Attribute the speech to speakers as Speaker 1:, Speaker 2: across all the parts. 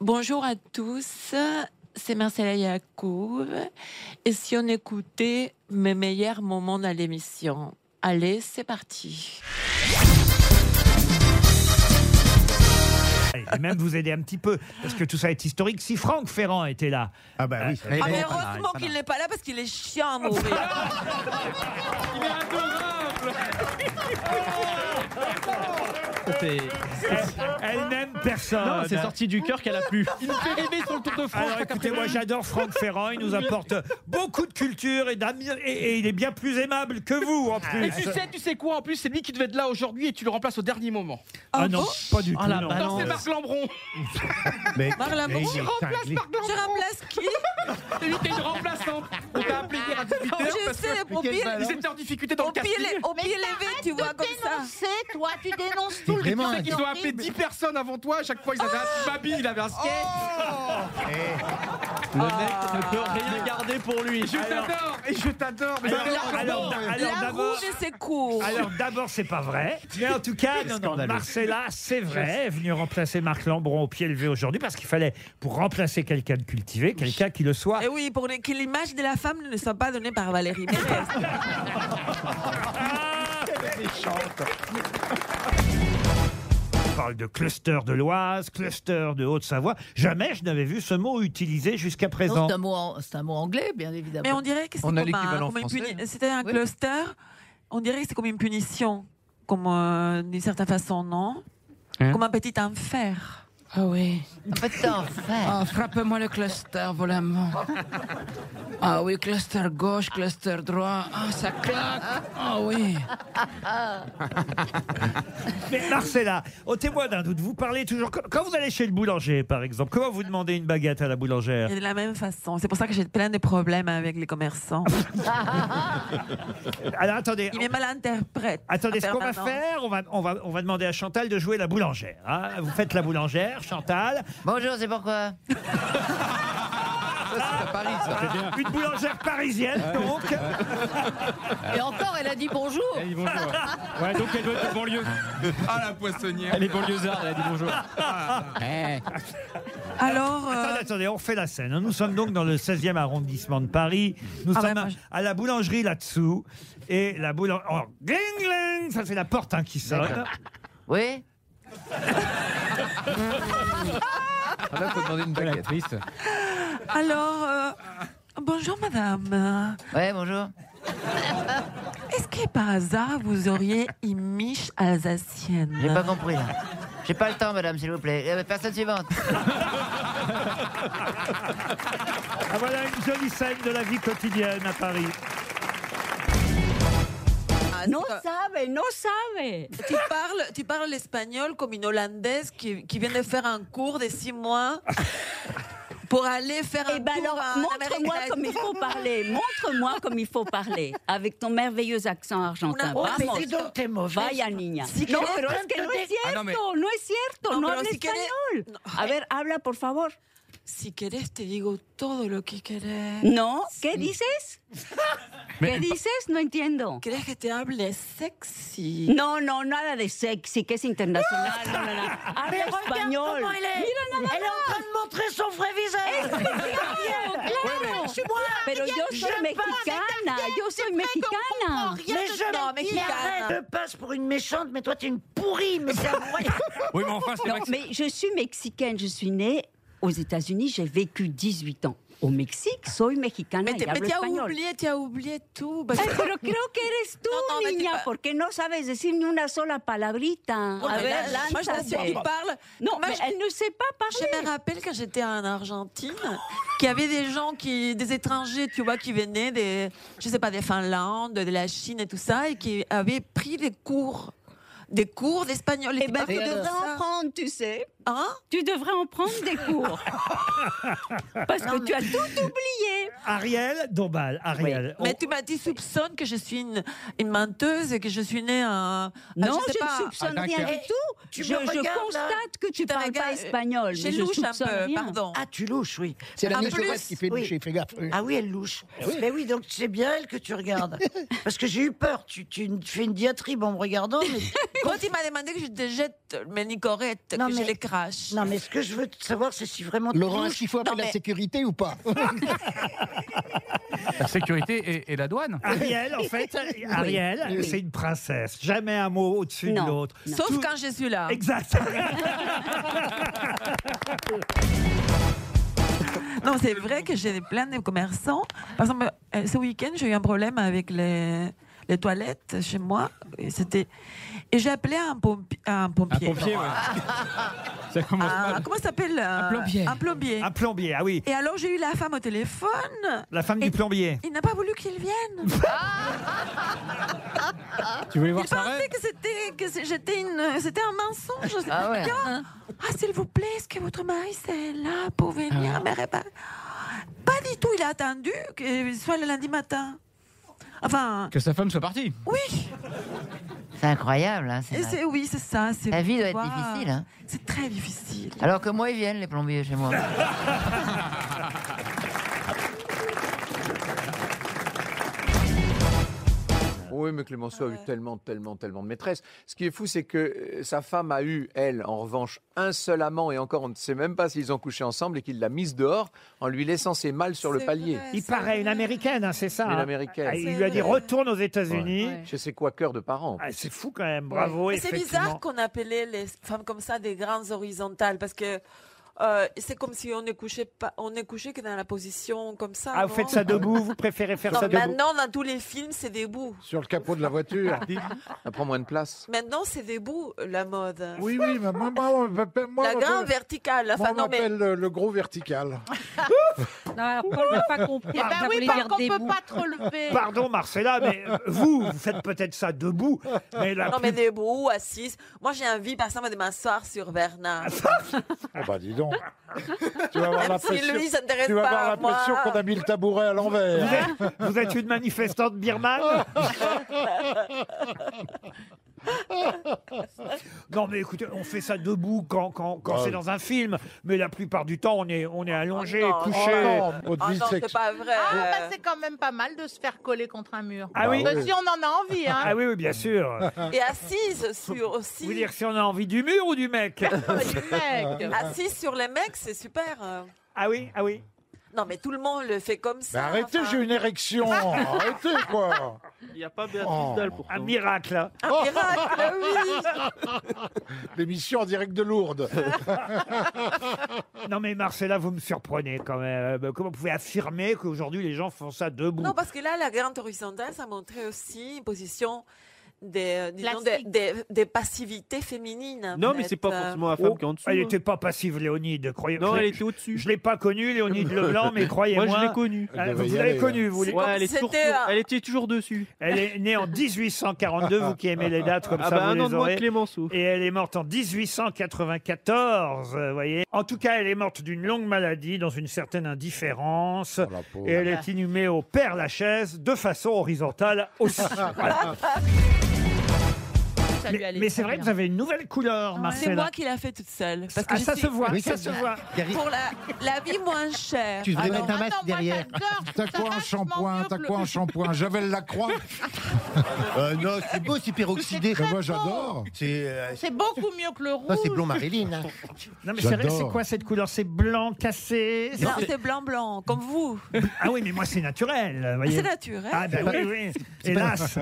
Speaker 1: Bonjour à tous, c'est Marcela Yacoub. Et si on écoutait mes meilleurs moments dans l'émission Allez, c'est parti.
Speaker 2: Allez, je vais même vous aider un petit peu, parce que tout ça est historique. Si Franck Ferrand était là.
Speaker 3: Ah bah oui.
Speaker 1: Ah, mais heureusement qu'il n'est pas là parce qu'il est chiant Ah, à mourir.
Speaker 4: C'est-
Speaker 2: Elle n'aime personne.
Speaker 4: Non, c'est sorti du cœur qu'elle a plu. Il me fait rêver sur le Tour de France.
Speaker 2: Ah, bah. Alors écoutez, moi j'adore Franck Ferrand, il nous apporte beaucoup de culture et, d'ami- et- et il est bien plus aimable que vous en
Speaker 4: Et
Speaker 2: plus.
Speaker 4: tu sais, tu sais quoi En plus, c'est lui qui devait être là aujourd'hui et tu le remplaces au dernier moment.
Speaker 2: Ah non, pas du tout.
Speaker 4: Oh la
Speaker 2: non.
Speaker 4: balance. c'est Marc Lambron.
Speaker 3: Mais,
Speaker 1: Marc Lambron,
Speaker 3: mais il
Speaker 1: tu
Speaker 3: est
Speaker 4: Remplace
Speaker 3: cinglé.
Speaker 4: Marc
Speaker 1: Je
Speaker 4: Lambron.
Speaker 1: remplace qui
Speaker 4: T'as vu, t'es une remplaçante. On t'a appelé hier à 18h
Speaker 1: Je
Speaker 4: parce
Speaker 1: sais,
Speaker 4: que
Speaker 1: au pire-
Speaker 4: ils étaient en difficulté dans
Speaker 1: Au
Speaker 4: le
Speaker 1: pire,
Speaker 4: casting.
Speaker 1: les, au pire les vêtements, tu vois, comme ça.
Speaker 5: dénoncer, toi, tu dénonces tout le
Speaker 2: Oh,
Speaker 3: vraiment
Speaker 5: temps.
Speaker 3: un-
Speaker 4: Ils ont appelé 10 personnes avant toi, à chaque fois ils avaient un petit baby, il avait un skate.
Speaker 2: Oh.
Speaker 6: Le mec ne peut rien garder pour lui.
Speaker 4: Et je t'adore, et je t'adore. Mais
Speaker 2: Alors,
Speaker 4: c'est Marc
Speaker 2: Bah, alors,
Speaker 4: Lambron.
Speaker 2: alors,
Speaker 1: La
Speaker 2: d'abord-
Speaker 1: rouge et ses cours.
Speaker 2: alors d'abord, c'est pas vrai. Mais en tout cas, non, non, Marcella, c'est vrai, est venue remplacer Marc Lambron au pied levé aujourd'hui parce qu'il fallait, pour remplacer quelqu'un de cultivé, quelqu'un qui le soit.
Speaker 1: Et eh oui, pour les- que l'image de la femme ne soit pas donnée par Valérie Mérès.
Speaker 2: On parle de cluster de l'Oise, cluster de Haute-Savoie. Jamais je n'avais vu ce mot utilisé jusqu'à présent.
Speaker 7: Non, C'est un, mot en- c'est un mot anglais, bien évidemment.
Speaker 1: Mais on dirait que c'est
Speaker 6: On
Speaker 1: comme,
Speaker 6: a
Speaker 1: un,
Speaker 6: l'équivalent
Speaker 1: comme une
Speaker 6: français,
Speaker 1: puni- C'était un
Speaker 7: Oui.
Speaker 1: cluster. On dirait que c'est comme une punition. Comme euh, d'une certaine façon, non
Speaker 6: Hein
Speaker 1: Comme un petit enfer.
Speaker 8: Ah oui.
Speaker 7: En fait, c'est un fer.
Speaker 5: Ah.
Speaker 8: Oh, frappe-moi le cluster, volamment. Ah oui, cluster gauche, cluster droit. Ah, ça claque. Ah oui.
Speaker 2: Mais Marcella, ôtez-moi d'un doute, vous parlez toujours. Quand vous allez chez le boulanger, par exemple, comment vous demandez une baguette à la boulangère
Speaker 1: Et de la même façon. C'est pour ça que j'ai plein de problèmes avec les commerçants.
Speaker 2: Alors attendez.
Speaker 1: Ils Ah, me malinterprètent.
Speaker 2: Attendez,
Speaker 1: en
Speaker 2: ce qu'on va
Speaker 1: permanence.
Speaker 2: faire, on va, on, va, on va demander à Chantal de jouer la boulangère. hein. Vous faites la boulangère, Chantal.
Speaker 7: Bonjour, c'est pourquoi
Speaker 2: Une boulangère parisienne, donc.
Speaker 7: Et encore, elle a dit bonjour.
Speaker 6: Ouais, donc elle doit être banlieue.
Speaker 4: Ah la poissonnière.
Speaker 6: Elle est banlieusarde, elle a dit bonjour.
Speaker 1: Alors, euh,
Speaker 2: Attendez, Ah, attendez, on fait la scène. hein. Nous sommes donc dans le 16e arrondissement de Paris. Nous
Speaker 1: Ah
Speaker 2: sommes
Speaker 1: ouais, moi,
Speaker 2: à, à la boulangerie là-dessous. Et la boulangerie. Oh, gling, gling Ça, c'est la porte hein, qui sonne.
Speaker 7: Oui
Speaker 6: Ah là, faut demander une baguette. Triste.
Speaker 1: alors euh, bonjour madame.
Speaker 7: Ouais, bonjour.
Speaker 1: Est-ce que par hasard vous auriez une miche alsacienne
Speaker 7: J'ai pas compris, là. J'ai pas le temps, madame, s'il vous plaît. Euh, Personne suivante.
Speaker 2: Ah, voilà une jolie scène de la vie quotidienne à Paris.
Speaker 1: Ah,
Speaker 9: No
Speaker 1: c'est-
Speaker 9: sabe, no sabe.
Speaker 1: Tu parles, tu parles l'espagnol comme une Hollandaise qui, qui vient de faire un cours de six mois pour aller faire un
Speaker 9: Eh ben
Speaker 1: tour
Speaker 9: alors,
Speaker 1: en Amérique
Speaker 9: montre-moi
Speaker 1: latine.
Speaker 9: comme il faut parler. Montre-moi comme il faut parler. Avec ton merveilleux accent argentin.
Speaker 1: Una-
Speaker 9: Vamos.
Speaker 1: Dis donc,
Speaker 7: t'es
Speaker 9: Vaya niña.
Speaker 1: Si
Speaker 9: no,
Speaker 1: quieres
Speaker 9: pero es que no es cierto,
Speaker 6: Ah, no me-
Speaker 9: no es cierto,
Speaker 1: No,
Speaker 9: no,
Speaker 1: pero
Speaker 9: habla
Speaker 1: si quieres-
Speaker 9: español.
Speaker 1: No. eh.
Speaker 9: A ver, habla, por favor.
Speaker 1: Si querés, te digo todo lo que querés.
Speaker 9: No, ¿qué dices? ¿Qué dices? No entiendo.
Speaker 1: ¿Querés que te hable sexy?
Speaker 9: No, no, nada de sexy, que es internacional. No, no, no. Habla español. Mira nada más.
Speaker 5: de montrer son vrai visage.
Speaker 9: Pero yo soy mexicana, yo soy mexicana.
Speaker 5: Mais je
Speaker 1: Non, mais qui gagne
Speaker 5: te passe pour une méchante, mais toi, t'es une pourrie. Mais c'est incroyable.
Speaker 6: Oui, mais enfin, c'est
Speaker 3: Ah,
Speaker 9: Non,
Speaker 6: vrai que c'est-
Speaker 9: mais je suis mexicaine, je suis née aux États-Unis, j'ai vécu 18 ans. Au Mexique, soy mexicana
Speaker 1: Mais
Speaker 9: y
Speaker 1: te- mais
Speaker 9: hablo
Speaker 1: te ha
Speaker 9: español.
Speaker 1: oublié, te ha oublié tout. parce
Speaker 9: Ay,
Speaker 1: que-
Speaker 9: pero creo que eres tú,
Speaker 1: No, no, me
Speaker 9: niña,
Speaker 1: equipa-
Speaker 9: porque no sabes decir ni una sola palabrita.
Speaker 1: Bon,
Speaker 9: A
Speaker 1: mais
Speaker 9: ver,
Speaker 1: là, moi, je la suis
Speaker 9: lánzate.
Speaker 1: qui parle.
Speaker 9: Non,
Speaker 1: Moi,
Speaker 9: mais
Speaker 1: je-
Speaker 9: elle ne sait pas
Speaker 1: Je
Speaker 9: parler.
Speaker 1: me rappelle quand j'étais en Argentine, qu'il y avait des gens qui, des étrangers, tu vois, qui venaient des, je sais pas, des Finlande, de la Chine et tout ça, et qui avaient pris des cours, des cours d'espagnol.
Speaker 9: Eh ben,
Speaker 1: tu
Speaker 9: tu devrais en prendre, tu sais.
Speaker 1: Hein
Speaker 9: Tu devrais en prendre des cours. Parce que tu as tout oublié.
Speaker 2: Ah, Ariel Dombal. Ariel.
Speaker 9: Oh.
Speaker 1: Mais
Speaker 2: On-
Speaker 1: tu m'as dit soupçonne que je suis une, une menteuse et que je suis née à.
Speaker 9: Non,
Speaker 1: je
Speaker 9: je,
Speaker 1: sais pas.
Speaker 9: ne soupçonne
Speaker 6: Ah,
Speaker 9: rien
Speaker 6: d'accord.
Speaker 9: du tout.
Speaker 5: tu
Speaker 9: Je,
Speaker 5: me
Speaker 9: je
Speaker 5: regardes, là.
Speaker 9: constate que
Speaker 1: Je
Speaker 9: tu
Speaker 1: te
Speaker 9: parles pas
Speaker 1: regarde-
Speaker 9: espagnol.
Speaker 1: Je
Speaker 9: mais je
Speaker 1: louche euh, un
Speaker 9: soupçonne
Speaker 1: peu,
Speaker 9: rien.
Speaker 1: pardon.
Speaker 5: Ah, tu louches, oui.
Speaker 10: C'est la
Speaker 1: En
Speaker 10: miss
Speaker 1: plus,
Speaker 10: Jaurès qui fait
Speaker 5: oui.
Speaker 10: loucher, fais gaffe. oui.
Speaker 5: Ah oui, elle louche. Mais oui, donc c'est bien elle que tu regardes. Parce que j'ai eu peur. Tu, tu fais une diatribe en me regardant, mais
Speaker 1: Quand il m'a demandé que je te jette mes nicorettes,
Speaker 5: Non,
Speaker 1: que je
Speaker 5: mais-
Speaker 1: les crache.
Speaker 5: Non, mais ce que je veux savoir, c'est si vraiment.
Speaker 3: Laurent,
Speaker 5: Toulouse-
Speaker 3: est-ce qu'il faut appeler
Speaker 1: Non, mais-
Speaker 3: la sécurité ou pas
Speaker 6: La sécurité et, et la douane.
Speaker 2: Oh, Ariel, en fait, Ariel,
Speaker 9: Oui.
Speaker 2: c'est une princesse. Jamais un mot au-dessus de
Speaker 9: Non.
Speaker 2: l'autre.
Speaker 1: Sauf
Speaker 2: Tout-
Speaker 1: quand je suis là.
Speaker 2: Exact.
Speaker 1: Non, c'est vrai que j'ai plein de commerçants. Par exemple, euh, ce week-end, j'ai eu un problème avec les, les toilettes chez moi. Et c'était et j'ai appelé un, pompi- un pompier.
Speaker 6: ouais. Ça commence
Speaker 1: Un-
Speaker 6: mal.
Speaker 1: comment ça s'appelle Un
Speaker 8: plombier.
Speaker 1: Un plombier.
Speaker 2: Un plombier, ah oui.
Speaker 1: Et alors j'ai eu la femme au téléphone.
Speaker 2: La femme du
Speaker 1: Et-
Speaker 2: plombier.
Speaker 1: Il n'a pas voulu qu'il vienne.
Speaker 6: Tu voulais
Speaker 1: Il
Speaker 6: voir ça
Speaker 1: pensait que c'était que c'est- j'étais une c'était un mensonge. Je sais
Speaker 7: Ah ouais.
Speaker 1: pas. Ah, s'il vous plaît, est-ce que votre mari c'est là pour
Speaker 7: Ah
Speaker 1: venir me réparer Pas du tout. Il a attendu que ce soit le lundi matin. Enfin,
Speaker 6: Que sa femme soit partie.
Speaker 1: oui.
Speaker 7: C'est incroyable, hein, c'est
Speaker 1: Et
Speaker 7: dingue.
Speaker 1: c'est oui, c'est ça. c'est-
Speaker 7: La vie doit être
Speaker 1: Waouh.
Speaker 7: difficile, hein.
Speaker 1: C'est très difficile.
Speaker 7: Alors que moi, ils viennent, les plombiers, chez moi.
Speaker 10: Oui, mais Clémenceau a eu tellement, tellement, tellement de maîtresses. Ce qui est fou, c'est que euh, sa femme a eu, elle, en revanche, un seul amant, et encore, on ne sait même pas s'ils ont couché ensemble, et qu'il l'a mise dehors en lui laissant ses malles sur le
Speaker 1: C'est
Speaker 10: palier.
Speaker 1: vrai,
Speaker 2: Il
Speaker 1: c'est
Speaker 2: paraît une
Speaker 1: vrai.
Speaker 2: américaine, hein, c'est ça.
Speaker 10: Une
Speaker 2: hein.
Speaker 10: Américaine.
Speaker 2: Ah, Il
Speaker 1: C'est
Speaker 2: lui a dit
Speaker 1: vrai.
Speaker 2: retourne aux États-Unis.
Speaker 9: Ouais.
Speaker 10: Chez ses quaqueurs de parents.
Speaker 2: Ah, c'est fou quand même, bravo.
Speaker 1: Mais C'est
Speaker 2: effectivement.
Speaker 1: bizarre qu'on appelait les femmes comme ça des grandes horizontales parce que euh, c'est comme si on ne couchait pas, on ne couchait que dans la position comme ça.
Speaker 2: Ah, vous
Speaker 1: non
Speaker 2: faites ça debout, vous préférez faire
Speaker 1: Non,
Speaker 2: ça debout.
Speaker 1: maintenant, dans tous les films, c'est debout.
Speaker 3: Sur le capot de la voiture.
Speaker 10: Ça prend moins de place.
Speaker 2: ah,
Speaker 1: Maintenant, c'est debout la mode.
Speaker 3: Oui, oui, mais moi, moi, on m'appelle- moi,
Speaker 1: la
Speaker 3: on
Speaker 1: grande
Speaker 3: m'appelle-
Speaker 1: verticale.
Speaker 3: moi,
Speaker 1: Enfin,
Speaker 3: on
Speaker 1: non, mais
Speaker 3: m'appelle le, le gros vertical.
Speaker 11: Non, alors Paul n'a pas compris.
Speaker 5: Eh ben
Speaker 11: Ça
Speaker 5: oui,
Speaker 11: voulait
Speaker 5: parce
Speaker 11: dire
Speaker 5: qu'on
Speaker 11: des
Speaker 5: peut
Speaker 11: bouts.
Speaker 5: pas trop lever.
Speaker 2: Pardon Marcella, mais euh, vous, vous faites peut-être ça debout. Mais la
Speaker 1: non, mais
Speaker 2: plus-
Speaker 1: debout, assise. Moi, j'ai envie, par exemple, de m'asseoir sur Bernard.
Speaker 3: Ah bah dis donc. tu vas avoir
Speaker 1: Même si
Speaker 3: l'impression
Speaker 1: lui, il s'intéresse
Speaker 3: tu vas avoir
Speaker 1: pas à moi.
Speaker 3: l'impression qu'on a mis le tabouret à l'envers.
Speaker 2: vous, êtes, vous êtes une manifestante birmane Non mais écoutez, on fait ça debout quand, quand, quand
Speaker 3: Ah
Speaker 2: c'est
Speaker 3: oui.
Speaker 2: dans un film, mais la plupart du temps on est, on est allongé,
Speaker 1: Ah non,
Speaker 3: Oh
Speaker 2: couché.
Speaker 3: non, votre
Speaker 1: Ah
Speaker 3: vie
Speaker 1: non, c'est
Speaker 3: sexe-
Speaker 1: pas vrai.
Speaker 5: Ah, bah, c'est quand même pas mal de se faire coller contre un mur.
Speaker 2: Euh, Ah oui
Speaker 3: Bah
Speaker 5: Si on en a envie, hein.
Speaker 2: Ah oui, oui, bien sûr.
Speaker 3: Ah.
Speaker 1: Et assise sur aussi.
Speaker 2: Vous voulez dire si on a envie du mur ou du mec
Speaker 5: Oh, Mec.
Speaker 1: Assise sur les mecs, c'est super.
Speaker 2: Ah oui, ah oui.
Speaker 1: Non, mais tout le monde le fait comme
Speaker 3: Mais
Speaker 1: ça.
Speaker 3: arrêtez,
Speaker 1: enfin.
Speaker 3: j'ai une érection. arrêtez quoi.
Speaker 4: Il n'y a pas Béatrice
Speaker 3: Oh.
Speaker 4: Dalle pour
Speaker 2: Un miracle. hein.
Speaker 1: Un miracle, ah oui.
Speaker 3: L'émission en direct de Lourdes.
Speaker 2: Non mais Marcella, vous me surprenez quand même. Euh, Comment vous pouvez affirmer qu'aujourd'hui les gens font ça debout
Speaker 1: Non, parce que là, la grande horizontale, ça montrait aussi une position des, euh, disons, des,
Speaker 5: Classique.
Speaker 1: des- des passivités féminines.
Speaker 4: Non,
Speaker 1: en
Speaker 4: mais
Speaker 1: fait.
Speaker 4: c'est pas
Speaker 1: Euh,
Speaker 4: forcément la
Speaker 2: Oh,
Speaker 4: femme qui est en dessous.
Speaker 2: elle
Speaker 4: hein.
Speaker 2: n'était pas passive, Léonide, croyez-moi.
Speaker 4: Non,
Speaker 2: je
Speaker 4: elle
Speaker 2: l'ai-
Speaker 4: était au-dessus.
Speaker 2: je l'ai pas connue, Léonide Leblanc, mais
Speaker 4: Moi,
Speaker 2: croyez-moi.
Speaker 4: je l'ai connue.
Speaker 3: Elle
Speaker 2: euh, vous
Speaker 3: devait y
Speaker 2: l'avez
Speaker 3: aller. hein.
Speaker 2: connue, vous.
Speaker 1: C'est
Speaker 2: l'avez-
Speaker 1: comme
Speaker 4: Ouais, elle, est
Speaker 1: si
Speaker 4: toujours-
Speaker 1: c'était, euh,
Speaker 4: elle était toujours dessus.
Speaker 2: Elle est née en 1842, vous qui aimez les dates comme
Speaker 4: Ah
Speaker 2: ça,
Speaker 4: bah
Speaker 2: vous
Speaker 4: un an
Speaker 2: les
Speaker 4: de moins
Speaker 2: aurez.
Speaker 4: que Clémenceau.
Speaker 2: Et elle est morte en 1894, euh, voyez. En tout cas, elle est morte d'une longue maladie, dans une certaine indifférence.
Speaker 3: Oh, la pauvre.
Speaker 2: et elle est inhumée au Père Lachaise, de façon horizontale aussi. Voilà.
Speaker 11: Ça lui
Speaker 2: Mais,
Speaker 11: allait
Speaker 2: mais
Speaker 11: très
Speaker 2: c'est vrai que
Speaker 11: bien.
Speaker 2: vous avez une nouvelle couleur,
Speaker 1: C'est
Speaker 2: Marcella.
Speaker 1: moi qui l'ai fait toute seule. Parce que
Speaker 2: Ah,
Speaker 1: je
Speaker 2: ça
Speaker 1: suis
Speaker 2: se voit,
Speaker 3: Oui,
Speaker 2: ça se
Speaker 3: c'est
Speaker 2: voit.
Speaker 1: pour la, la vie moins chère.
Speaker 3: Tu devrais
Speaker 1: Alors,
Speaker 12: Ah,
Speaker 3: mettre un masque
Speaker 5: Attends, moi,
Speaker 3: derrière.
Speaker 5: j'adore.
Speaker 3: T'as
Speaker 5: Ça
Speaker 3: quoi en
Speaker 5: vachement
Speaker 3: shampoing
Speaker 5: mieux
Speaker 3: T'as
Speaker 5: que
Speaker 3: quoi
Speaker 5: le-
Speaker 3: en shampoing Javel Lacroix
Speaker 12: Euh, non, c'est beau, c'est peroxydé.
Speaker 3: Mais Moi Eh ben, j'adore.
Speaker 12: C'est euh,
Speaker 5: C'est beaucoup mieux que le rouge.
Speaker 12: non, c'est blond Marilyn. hein.
Speaker 2: Non, mais c'est vrai,
Speaker 3: J'adore.
Speaker 2: c'est quoi cette couleur C'est blanc, cassé
Speaker 1: non, c'est blanc blanc, comme vous.
Speaker 2: Ah oui, mais moi, c'est naturel. Voyez.
Speaker 1: C'est hein. naturel.
Speaker 2: Ah ben oui, oui. Hélas.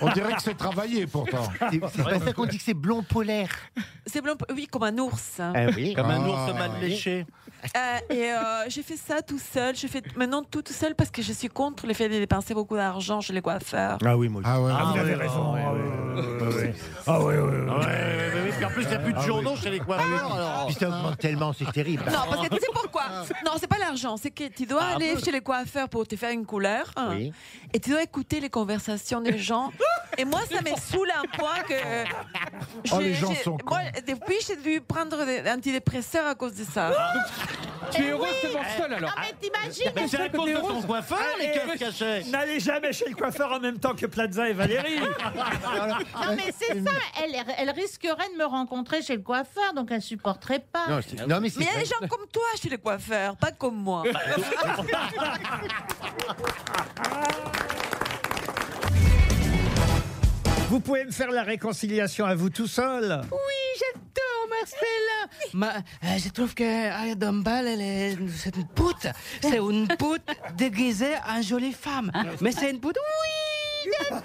Speaker 3: On dirait que c'est travaillé pourtant.
Speaker 12: C'est c'est pas ça qu'on dit que c'est blond polaire.
Speaker 1: C'est blanc, oui, comme un ours.
Speaker 3: Ah,
Speaker 12: oui.
Speaker 4: Comme
Speaker 3: un
Speaker 2: Ah,
Speaker 3: ours mal
Speaker 12: Ah,
Speaker 4: léché.
Speaker 1: Euh, et euh, j'ai fait ça tout seul. Je fais maintenant tout tout seul parce que je suis contre le fait de dépenser beaucoup d'argent chez les coiffeurs.
Speaker 12: Ah oui, moi
Speaker 3: Ah ouais.
Speaker 2: Ah, vous
Speaker 3: ouais.
Speaker 2: avez raison. Ah oui, oui, oui, oui. Ah oui, oui, oui.
Speaker 6: En plus, il n'y a plus
Speaker 12: Ah,
Speaker 6: de journaux chez les coiffeurs.
Speaker 12: Puis ça augmente tellement, c'est terrible.
Speaker 1: Non, parce que tu sais pourquoi Non, c'est pas l'argent. C'est que tu dois aller chez les coiffeurs pour te faire une couleur hein,
Speaker 12: Oui.
Speaker 1: et tu dois écouter les conversations des gens. Et moi, ça me saoule à un point que. euh,
Speaker 3: Oh,
Speaker 1: j'ai-
Speaker 3: les gens
Speaker 1: j'ai-
Speaker 3: sont
Speaker 1: moi, Depuis, j'ai dû prendre des antidépresseurs à cause de ça.
Speaker 6: Tu es heureux de mort seul alors.
Speaker 5: Ah, mais t'imagines
Speaker 6: Mais c'est à cause de ton coiffeur,
Speaker 2: les keufs
Speaker 6: cachets.
Speaker 2: N'allez jamais chez le coiffeur en même temps que Plaza et Valérie.
Speaker 12: Ah,
Speaker 5: Non, mais c'est ça. Elle, elle risquerait de me rencontrer chez le coiffeur, donc elle supporterait pas.
Speaker 12: Non, c'est- non, mais c'est
Speaker 1: Mais il y a
Speaker 12: vrai.
Speaker 1: des gens comme toi chez les coiffeurs, pas comme moi.
Speaker 2: Vous pouvez me faire la réconciliation à vous tout seul
Speaker 8: Oui, j'adore Marcella. Ma- euh, je trouve que Aya Dombal, elle est- c'est une pute. C'est une pute déguisée en jolie femme.
Speaker 12: Ah,
Speaker 8: Mais c'est une pute. Oui, j'adore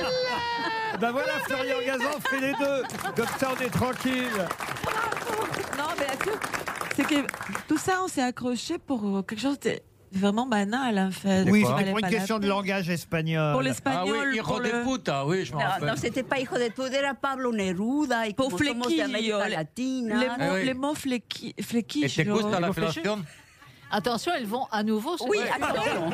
Speaker 8: Marcella.
Speaker 2: Ben voilà, Florian Gazan fait les deux. Comme ça, on est tranquille.
Speaker 1: Non, mais attends, c'est que tout ça, on s'est accroché pour euh, quelque chose de vraiment banal, en fait.
Speaker 2: Oui,
Speaker 1: Ça
Speaker 2: c'était
Speaker 1: valait
Speaker 2: pour une
Speaker 1: pas la
Speaker 2: question de
Speaker 1: peine.
Speaker 2: langage espagnol.
Speaker 1: Pour l'espagnol, Ah oui, hijo pour de le-
Speaker 6: puta, oui, je
Speaker 9: No, no, c'était pas hijo de puta, era Pablo Neruda. Y
Speaker 1: Pour
Speaker 9: como somos de
Speaker 1: flequillo,
Speaker 9: América
Speaker 1: les-
Speaker 9: Latina.
Speaker 1: les mots- Eh oui. les mots flequillo.
Speaker 6: Et t'écoutes dans la
Speaker 2: ah.
Speaker 6: fellation
Speaker 5: Attention, elles vont à nouveau. se-
Speaker 9: Oui, attention.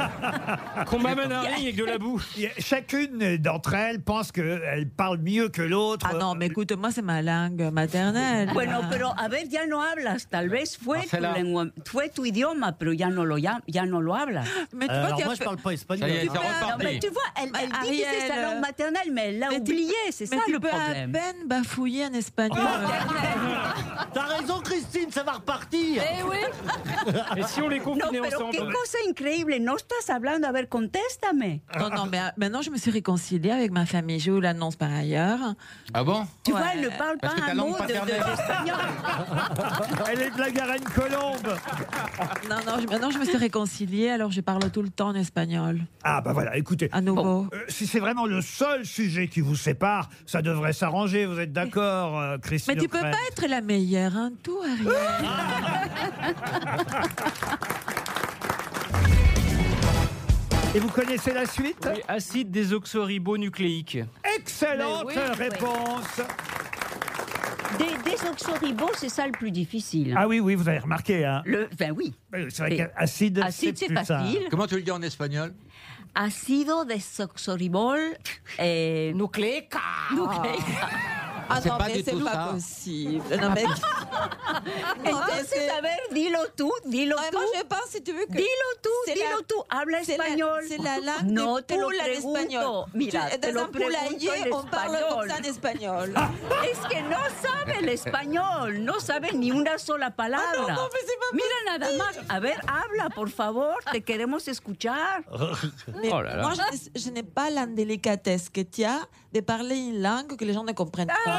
Speaker 2: Qu'on m'amène un ring avec de la boue. Chacune d'entre elles pense qu'elle parle mieux que l'autre.
Speaker 1: Ah non, mais écoute, moi, c'est ma langue maternelle.
Speaker 9: Bueno, pero a ver, ya no hablas. Tal vez fue, tu,
Speaker 1: Marcela.
Speaker 9: lengua- fue tu idioma, pero ya no lo, ya, ya no lo hablas.
Speaker 1: Mais tu vois Euh, Alors, qu'il y a moi, je peu-
Speaker 12: parle pas espagnol.
Speaker 9: Tu
Speaker 12: Ça y est,
Speaker 9: peux-
Speaker 12: c'est reparti.
Speaker 9: non, mais tu vois, elle, elle dit que c'est sa
Speaker 1: Ah Ariel,
Speaker 9: langue maternelle, mais elle l'a oublié. C'est ça
Speaker 1: mais tu
Speaker 9: le
Speaker 1: peux
Speaker 9: problème.
Speaker 1: à peine bafouiller en espagnol.
Speaker 12: T'as raison, Christine, ça va repartir.
Speaker 9: Eh oui.
Speaker 4: Et si on les
Speaker 9: No,
Speaker 4: confinait
Speaker 9: pero
Speaker 4: ensemble
Speaker 9: qué cosa increíble. No estás hablando. A ver, contéstame.
Speaker 1: Non, non, mais euh, maintenant, je me suis réconciliée avec ma famille. Je vous l'annonce par ailleurs.
Speaker 6: Ah bon
Speaker 9: Tu vois, elle ne parle pas
Speaker 6: Parce que ta
Speaker 9: un
Speaker 6: langue
Speaker 9: mot de- de-
Speaker 6: paternelle.
Speaker 9: d'espagnol.
Speaker 2: Elle est de la Garenne Colombe.
Speaker 1: Non, non, je- maintenant, je me suis réconciliée, alors je parle tout le temps en espagnol.
Speaker 2: Ah bah voilà, écoutez.
Speaker 1: À nouveau.
Speaker 2: Euh, si c'est vraiment le seul sujet qui vous sépare, ça devrait s'arranger. Vous êtes d'accord, euh, Christine
Speaker 1: Mais tu peux
Speaker 2: O'Crane
Speaker 1: pas être la meilleure, hein, tout, Ariel.
Speaker 2: Et vous connaissez la suite
Speaker 4: Acide désoxyribonucléique.
Speaker 2: Excellente
Speaker 9: Mais oui, oui.
Speaker 2: réponse.
Speaker 9: Des, des oxoribos, c'est ça le plus difficile.
Speaker 2: Ah oui, oui, vous avez remarqué. Hein.
Speaker 9: Le, ben oui.
Speaker 2: Euh, C'est vrai qu'acide,
Speaker 9: Acide, c'est
Speaker 2: plus ça.
Speaker 9: facile.
Speaker 6: Comment tu le dis en espagnol
Speaker 9: Ácido de soxoribol. Eh,
Speaker 8: Nucléique.
Speaker 1: Ah
Speaker 6: C'est
Speaker 1: non,
Speaker 6: pas
Speaker 1: mais
Speaker 6: du
Speaker 1: c'est
Speaker 6: tout
Speaker 1: pas
Speaker 6: ça.
Speaker 1: possible. Non, mais... Ah,
Speaker 9: Entonces, a ver, dilo tú, dilo
Speaker 11: Ah,
Speaker 9: tú.
Speaker 11: moi, je pense, si tu veux que.
Speaker 9: Dilo tú,
Speaker 11: C'est
Speaker 9: dilo
Speaker 11: la-
Speaker 9: tú, habla
Speaker 11: c'est la-
Speaker 9: español.
Speaker 11: C'est la langue
Speaker 9: no
Speaker 11: des
Speaker 9: te lo
Speaker 11: poules en
Speaker 9: pregunto.
Speaker 11: espagnol.
Speaker 9: Mira,
Speaker 11: Tu-
Speaker 9: te
Speaker 11: dans
Speaker 9: lo
Speaker 11: un poulailler,
Speaker 9: pregunto en
Speaker 11: on parle
Speaker 9: espagnol. Ah,
Speaker 11: comme ça en espagnol.
Speaker 9: Es que no sabe el español, no sabe ni una sola palabra.
Speaker 11: Ah, no, no, pues, sí, papá.
Speaker 9: Mira nada más, a ver, habla, por favor, te queremos escuchar.
Speaker 1: Mais
Speaker 6: Oh là là.
Speaker 1: Moi, je, n'ai- je n'ai pas la
Speaker 9: Ah,
Speaker 1: délicatesse que tu as de parler une langue que les gens ne comprennent pas.